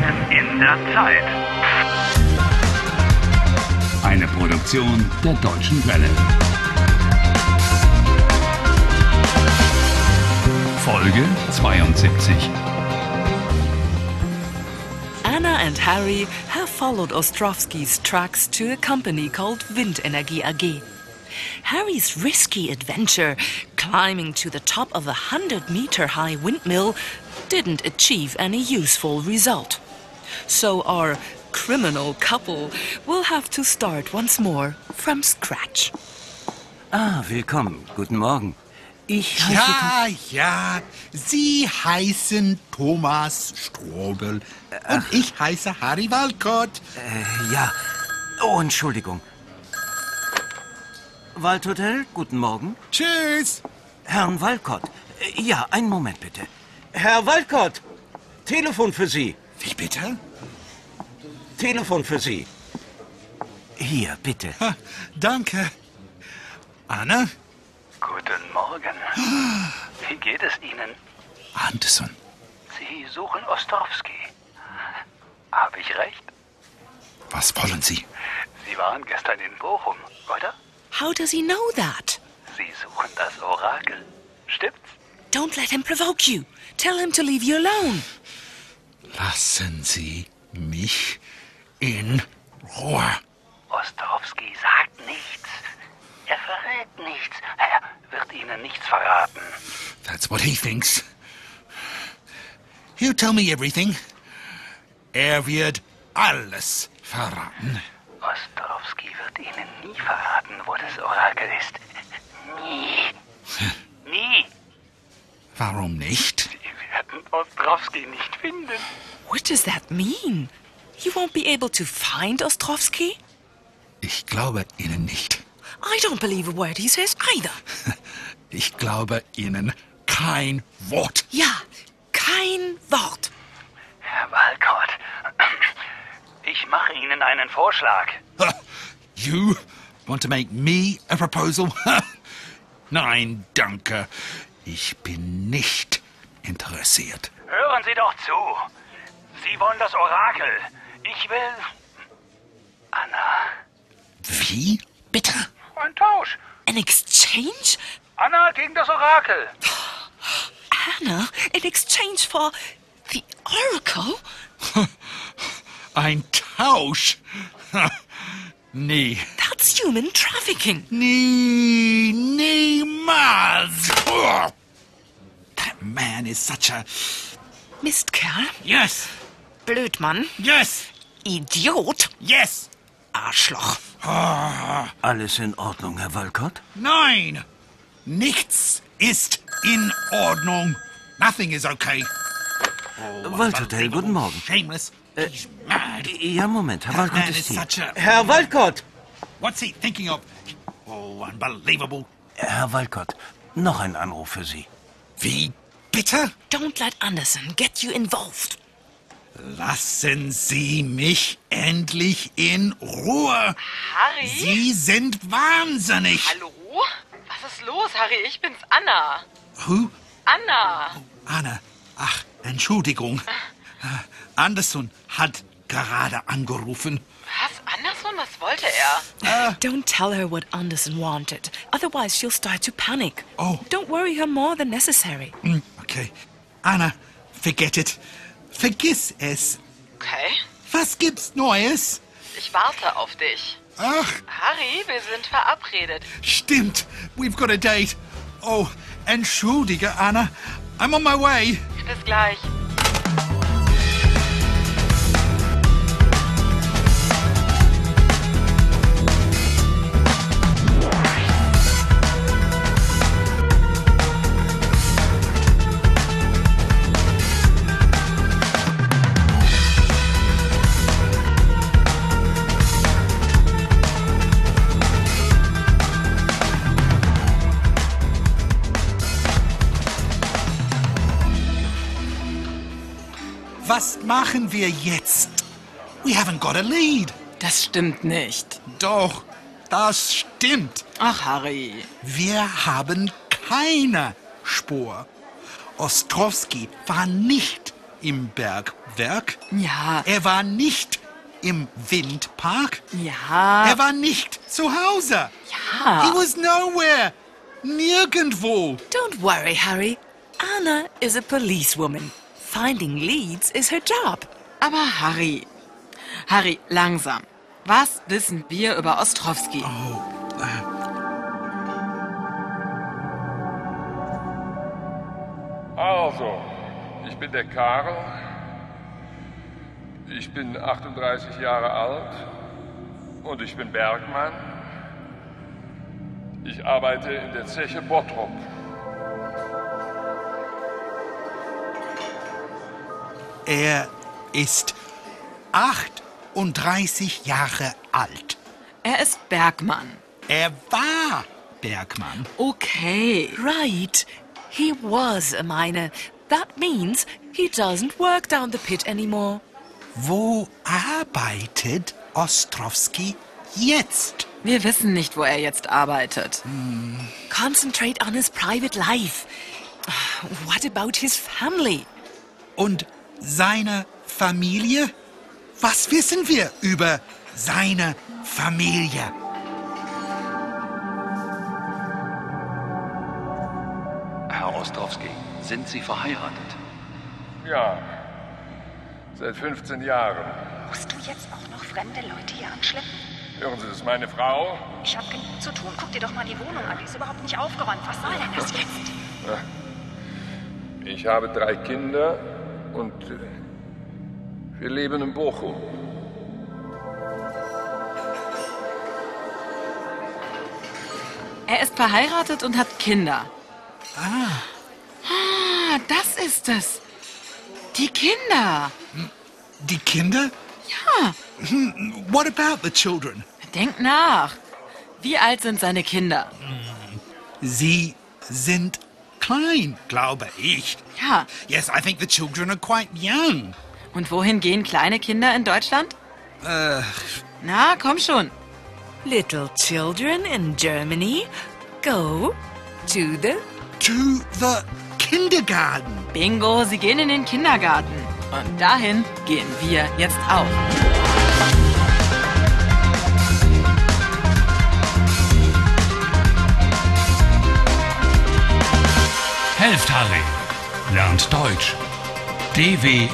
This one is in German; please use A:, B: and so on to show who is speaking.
A: der Zeit.
B: Eine Produktion der Deutschen Welle. Folge 72.
C: Anna and Harry have followed Ostrovsky's tracks to a company called Windenergie AG. Harry's risky adventure, climbing to the top of a 100 meter high windmill, didn't achieve any useful result. So our criminal couple will have to start once more from scratch.
D: Ah, willkommen. Guten Morgen. Ich heiße
E: Ja, ja, Sie heißen Thomas Strobel und ich heiße Harry Walcott.
D: Tom- ja. Oh, Entschuldigung. Waldhotel, guten Morgen.
E: Tschüss.
D: Herrn Walcott. Äh, Ja, einen Moment bitte. Herr Walcott, Telefon für Sie.
E: Wie bitte?
D: Telefon für Sie. Hier, bitte.
E: Ha, danke. Anne?
A: Guten Morgen. Wie geht es Ihnen?
E: Anderson.
A: Sie suchen Ostrowski. Habe ich recht?
E: Was wollen Sie?
A: Sie waren gestern in Bochum, oder?
C: How does he know that?
A: Sie suchen das Orakel. Stimmt's?
C: Don't let him provoke you. Tell him to leave you alone.
E: Lassen Sie mich in Ruhe.
A: Ostrowski sagt nichts. Er verrät nichts. Er wird Ihnen nichts verraten.
E: That's what he thinks. He'll tell me everything. Er wird alles verraten.
A: Ostrowski wird Ihnen nie verraten, wo das Orakel ist. Nie. Nie.
E: Warum nicht?
A: Sie werden Ostrowski nicht finden.
C: What does that mean? You won't be able to find Ostrovsky?
E: Ich glaube Ihnen nicht.
C: I don't believe a word he says either.
E: Ich glaube Ihnen kein Wort.
C: Ja, kein Wort.
A: Herr Walcott, ich mache Ihnen einen Vorschlag.
E: You want to make me a proposal? Nein, danke. Ich bin nicht interessiert.
A: Hören Sie doch zu. Sie wollen das Orakel. Ich will. Anna.
E: Wie? Bitte?
A: Ein Tausch.
C: An exchange?
A: Anna gegen das Orakel.
C: Anna, in exchange for the Oracle?
E: Ein Tausch? Nie.
C: That's human trafficking.
E: Nie, niemals. Oh, That man is such a.
C: Mistkerl,
E: Yes,
C: Blödmann,
E: yes,
C: Idiot,
E: yes.
C: Arschloch.
E: Ah.
D: Alles in Ordnung, Herr Walcott?
E: Oh, Nein! Nichts ist in Ordnung. Nothing is okay.
D: Waldhotel, guten Morgen. Äh.
E: Shameless. He's mad.
D: Ja, Moment, Herr Walcott
E: Man
D: ist
E: is
D: hier.
E: such a-
D: Herr Walcott!
E: What's he thinking of? Oh, unbelievable.
D: Herr Walcott, noch ein Anruf für Sie.
E: Wie bitte?
C: Don't let Anderson get you involved.
E: Lassen Sie mich endlich in Ruhe.
F: Harry?
E: Sie sind wahnsinnig.
F: Hallo? Was ist los, Harry? Ich bin's, Anna.
E: Who?
F: Anna.
E: Anne. Ach, Entschuldigung. Äh, Anderson hat gerade angerufen.
F: Was? Anderson? Was wollte er?
C: Don't tell her what Anderson wanted, otherwise she'll start to panic.
E: Oh.
C: Don't worry her more than necessary.
E: Hm, Okay. Anna, forget it. Vergiss es.
F: Okay.
E: Was gibt's Neues?
F: Ich warte auf dich.
E: Ach,
F: Harry, wir sind verabredet.
E: stimmt. We've got a date. Oh, entschuldige, Anna. I'm on my way.
F: Bis gleich.
E: Was machen wir jetzt? We haven't got a lead.
G: Das stimmt nicht.
E: Doch, das stimmt.
G: Ach, Harry.
E: Wir haben keine Spur. Ostrowski war nicht im Bergwerk.
C: Ja.
E: Er war nicht im Windpark.
C: Ja.
E: Er war nicht zu Hause.
C: Ja.
E: He was nowhere. Nirgendwo.
C: Don't worry, Harry. Anna is a policewoman. Finding leads is her job.
G: Aber Harry, Harry, langsam. Was wissen wir über Ostrowski?
E: Oh.
H: Also, ich bin der Karl. Ich bin 38 Jahre alt und ich bin Bergmann. Ich arbeite in der Zeche Bottrop.
E: Er ist 38 Jahre alt.
G: Er ist Bergmann.
E: Er war Bergmann.
G: Okay.
C: Right. He was a miner. That means he doesn't work down the pit anymore.
E: Wo arbeitet Ostrowski jetzt?
G: Wir wissen nicht, wo er jetzt arbeitet.
C: Concentrate on his private life. What about his family?
E: Und seine Familie? Was wissen wir über seine Familie?
I: Herr Ostrowski, sind Sie verheiratet?
H: Ja, seit 15 Jahren.
J: Musst du jetzt auch noch fremde Leute hier anschleppen?
H: Hören Sie, das ist meine Frau.
J: Ich habe genug zu tun. Guck dir doch mal die Wohnung an. Die ist überhaupt nicht aufgeräumt. Was soll denn das jetzt?
H: Ich habe drei Kinder und äh, wir leben in Bochum.
G: Er ist verheiratet und hat Kinder. Ah. Ah, das ist es. Die Kinder.
E: Die Kinder? Hmm,
G: Ja,
E: What about the children?
G: denk nach. Wie alt sind seine Kinder?
E: Sie sind klein, glaube ich.
G: Ja.
E: Yes, I think the children are quite young.
G: Und wohin gehen kleine Kinder in Deutschland?
E: Äh.
G: Na, komm schon.
C: Little children in Germany go to the
E: To the kindergarten.
G: Bingo, sie gehen in den Kindergarten. Und dahin gehen wir jetzt auch.
B: Helft Harry. Lernt Deutsch. dw.com/harry.